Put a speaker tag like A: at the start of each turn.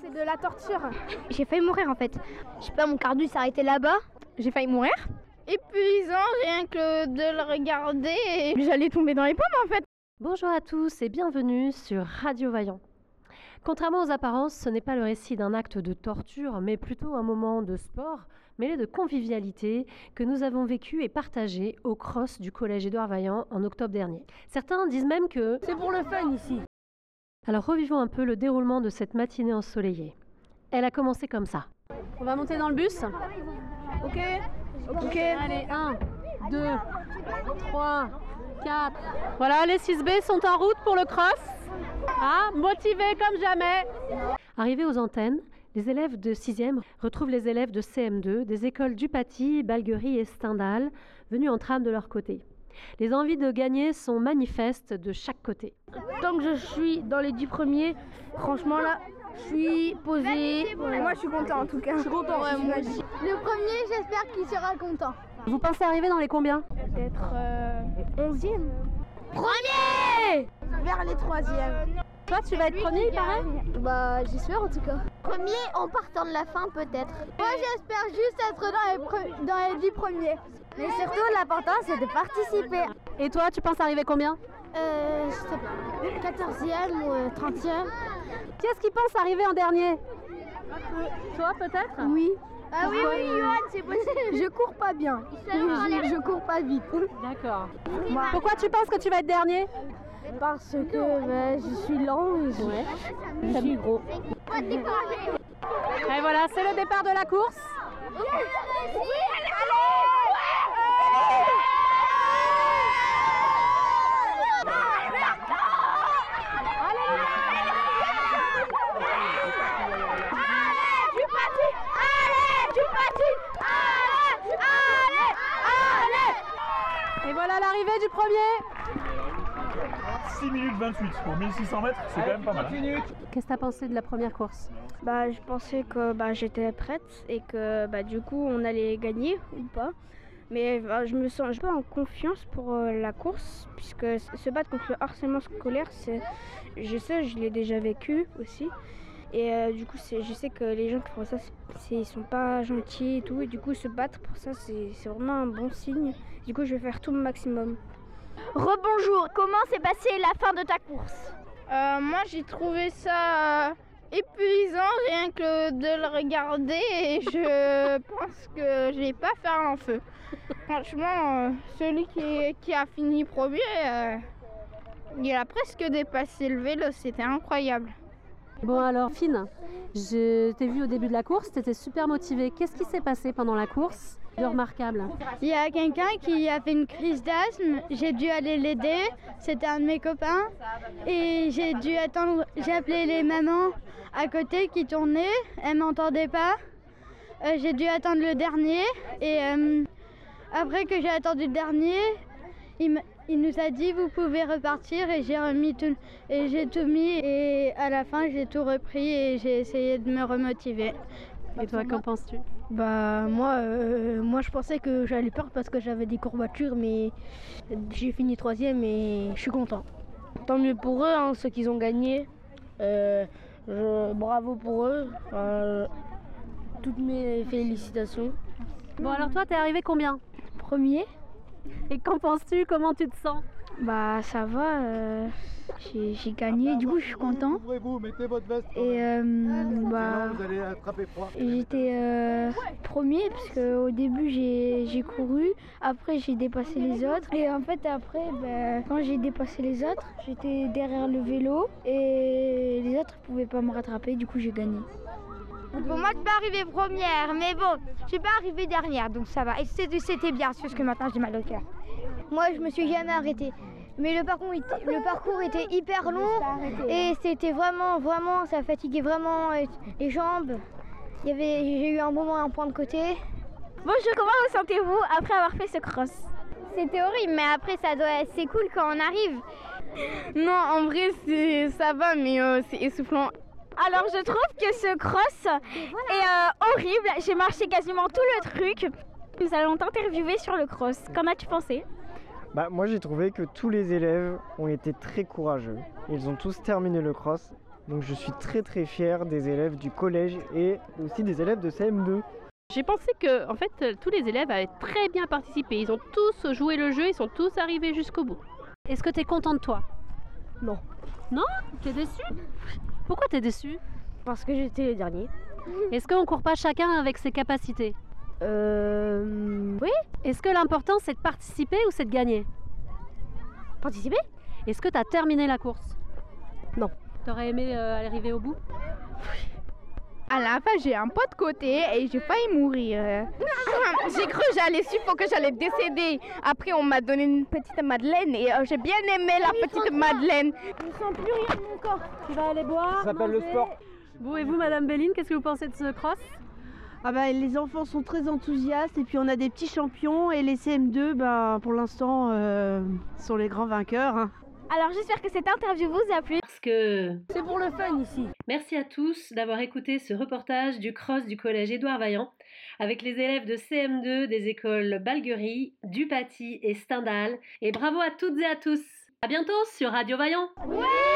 A: c'est de la torture.
B: J'ai failli mourir en fait. Je sais pas, mon cardio s'est arrêté là-bas. J'ai failli mourir. hein,
A: Épuisant rien que de le regarder. J'allais tomber dans les pommes en fait.
C: Bonjour à tous et bienvenue sur Radio Vaillant. Contrairement aux apparences, ce n'est pas le récit d'un acte de torture, mais plutôt un moment de sport mêlé de convivialité que nous avons vécu et partagé au cross du collège Édouard Vaillant en octobre dernier. Certains disent même que
D: C'est pour le fun ici.
C: Alors revivons un peu le déroulement de cette matinée ensoleillée. Elle a commencé comme ça.
D: On va monter dans le bus. Ok. Ok. Allez, 1, 2, 3, 4. Voilà, les 6B sont en route pour le cross. Ah, motivés comme jamais.
C: Arrivés aux antennes, les élèves de 6e retrouvent les élèves de CM2 des écoles Dupaty, Balguerie et Stendhal, venus en tram de leur côté. Les envies de gagner sont manifestes de chaque côté.
B: Tant que je suis dans les 10 premiers, franchement là, je suis posé.
A: Moi je suis content en tout cas. Je suis content,
E: Le premier, j'espère qu'il sera content.
C: Vous pensez arriver dans les combien
A: Peut-être
B: Euh, Onzième
A: vers les troisièmes.
C: Toi, tu vas être premier, il paraît
E: Bah, j'espère en tout cas. Premier en partant de la fin, peut-être. Moi, j'espère juste être dans les, pre- dans les dix premiers.
A: Mais surtout
E: Oh,
A: l'important c'est de participer.
C: Et toi, tu penses arriver combien
E: Euh, je sais pas, 14e ou euh, 30e.
C: Qui est-ce qui pense arriver en dernier Toi, peut-être
E: Oui.
A: Ah oui, oui, Johan, c'est possible.
E: Je cours pas bien. Je, je cours pas vite.
C: D'accord. Pourquoi tu penses que tu vas être dernier
E: Parce que bah, je suis lent et je, je suis gros.
C: Et voilà, c'est le départ de la course. Et voilà l'arrivée du premier.
F: 6 minutes 28 pour 1600 mètres, c'est quand même pas mal. hein.
C: Qu'est-ce que t'as pensé de la première course
G: Bah, je pensais que bah, j'étais prête et que bah, du coup on allait gagner ou pas. Mais bah, je me sens je suis pas en confiance pour euh, la course puisque s- se battre contre le harcèlement scolaire, c'est, je sais, je l'ai déjà vécu aussi. Et euh, du coup, c'est, je sais que les gens qui font ça, c'est- c'est, ils sont pas gentils et tout. Et du coup, se battre pour ça, c'est, c'est vraiment un bon signe. Du coup, je vais faire tout mon maximum.
B: Rebonjour, comment s'est passée la fin de ta course
A: Euh, moi j'ai trouvé ça euh, épuisant rien que de le regarder et je pense que je vais pas faire un feu. Franchement, euh, celui qui, qui a fini premier, euh, il a presque dépassé le vélo, c'était incroyable.
C: Bon alors Fine, je t'ai vu au début de la course, t'étais super motivée. Qu'est-ce qui s'est passé pendant la course de remarquable
E: Il y a quelqu'un qui avait une crise d'asthme, j'ai dû aller l'aider, c'était un de mes copains, et j'ai dû attendre, j'ai appelé les mamans à côté qui tournaient, elles m'entendaient pas, Euh, j'ai dû attendre le dernier, et euh, après que j'ai attendu le dernier, il, m'a- il nous a dit vous pouvez repartir, et j'ai remis tout, et j'ai tout mis, et à la fin j'ai tout repris, et j'ai essayé de me remotiver.
C: Et toi, qu'en penses-tu
H: Bah moi, euh, moi je pensais que j'allais perdre parce que j'avais des courbatures, mais j'ai fini troisième et je suis content.
G: Tant mieux pour eux, hein, ceux qu'ils ont gagné. Euh, je- bravo pour eux. Euh, toutes mes félicitations.
C: Bon alors toi, t'es arrivé combien
G: Premier
C: Et qu'en penses-tu Comment tu te sens
G: Bah ça va, euh, j'ai j'ai gagné, du coup je suis content.
I: Ouvrez-vous, mettez votre veste.
G: Et euh, bah,
I: Sinon, vous allez attraper froid.
G: j'étais euh, premier parce que au début j'ai j'ai couru, après j'ai dépassé les autres. Et en fait après, bah, quand j'ai dépassé les autres, j'étais derrière le vélo et les autres pouvaient pas me rattraper, du coup j'ai gagné.
B: Pour moi, je suis pas arrivée première, mais bon, je suis pas arrivée dernière, donc ça va. Et c'était c'était bien, c'est juste que maintenant j'ai mal au cœur.
E: Moi, je me suis jamais arrêtée. Mais le parcours, était, le parcours était hyper long et c'était vraiment, vraiment, ça fatiguait vraiment euh, les jambes. Il y avait, j'ai eu un moment un point de côté.
B: Bonjour, comment vous sentez-vous après avoir fait ce cross
E: C'était horrible, mais après ça doit, c'est cool quand on arrive.
A: Non, en vrai, c'est- ça va, mais euh, c'est essoufflant.
B: Alors je trouve que ce cross est euh, horrible. J'ai marché quasiment tout le truc. Nous allons t'interviewer sur le cross. Qu'en as-tu pensé
J: Bah, moi j'ai trouvé que tous les élèves ont été très courageux. Ils ont tous terminé le cross Donc je suis très très fier des élèves du collège et aussi des élèves de CM2.
B: J'ai pensé que, en fait, euh, tous les élèves avaient très bien participé. Ils ont tous joué le jeu, ils sont tous arrivés jusqu'au bout.
C: Est-ce que tu es content de toi
K: Non.
C: Non T'es déçu Pourquoi t'es déçu
K: Parce que j'étais le dernier.
C: Est-ce qu'on court pas chacun avec ses capacités
K: Euh.
C: Oui Est-ce que l'important c'est de participer ou c'est de gagner
K: Participer
C: Est-ce que t'as terminé la course
K: Non.
C: T'aurais aimé euh, arriver au bout
G: À la fin, j'ai un pot de côté et j'ai failli mourir. j'ai cru que j'allais suffoquer, que j'allais décéder. Après, on m'a donné une petite madeleine et euh, j'ai bien aimé la petite madeleine.
K: Je ne sens plus rien de mon corps.
C: Tu vas aller boire
J: Ça s'appelle le
C: manger.
J: sport.
C: Vous et vous, Madame Béline, qu'est-ce que vous pensez de ce cross
L: Ah bah, les enfants sont très enthousiastes et puis on a des petits champions et les CM2 ben, pour l'instant euh, sont les grands vainqueurs. hein.
M: Alors j'espère que cette interview vous a plu.
N: Parce que
L: C'est pour le fun ici.
N: merci à tous d'avoir écouté ce reportage du cross du collège Édouard Vaillant avec les élèves de CM2 des écoles Balguerie, Dupaty et Stendhal. Et bravo à toutes et à tous. À bientôt sur Radio Vaillant.
M: Ouais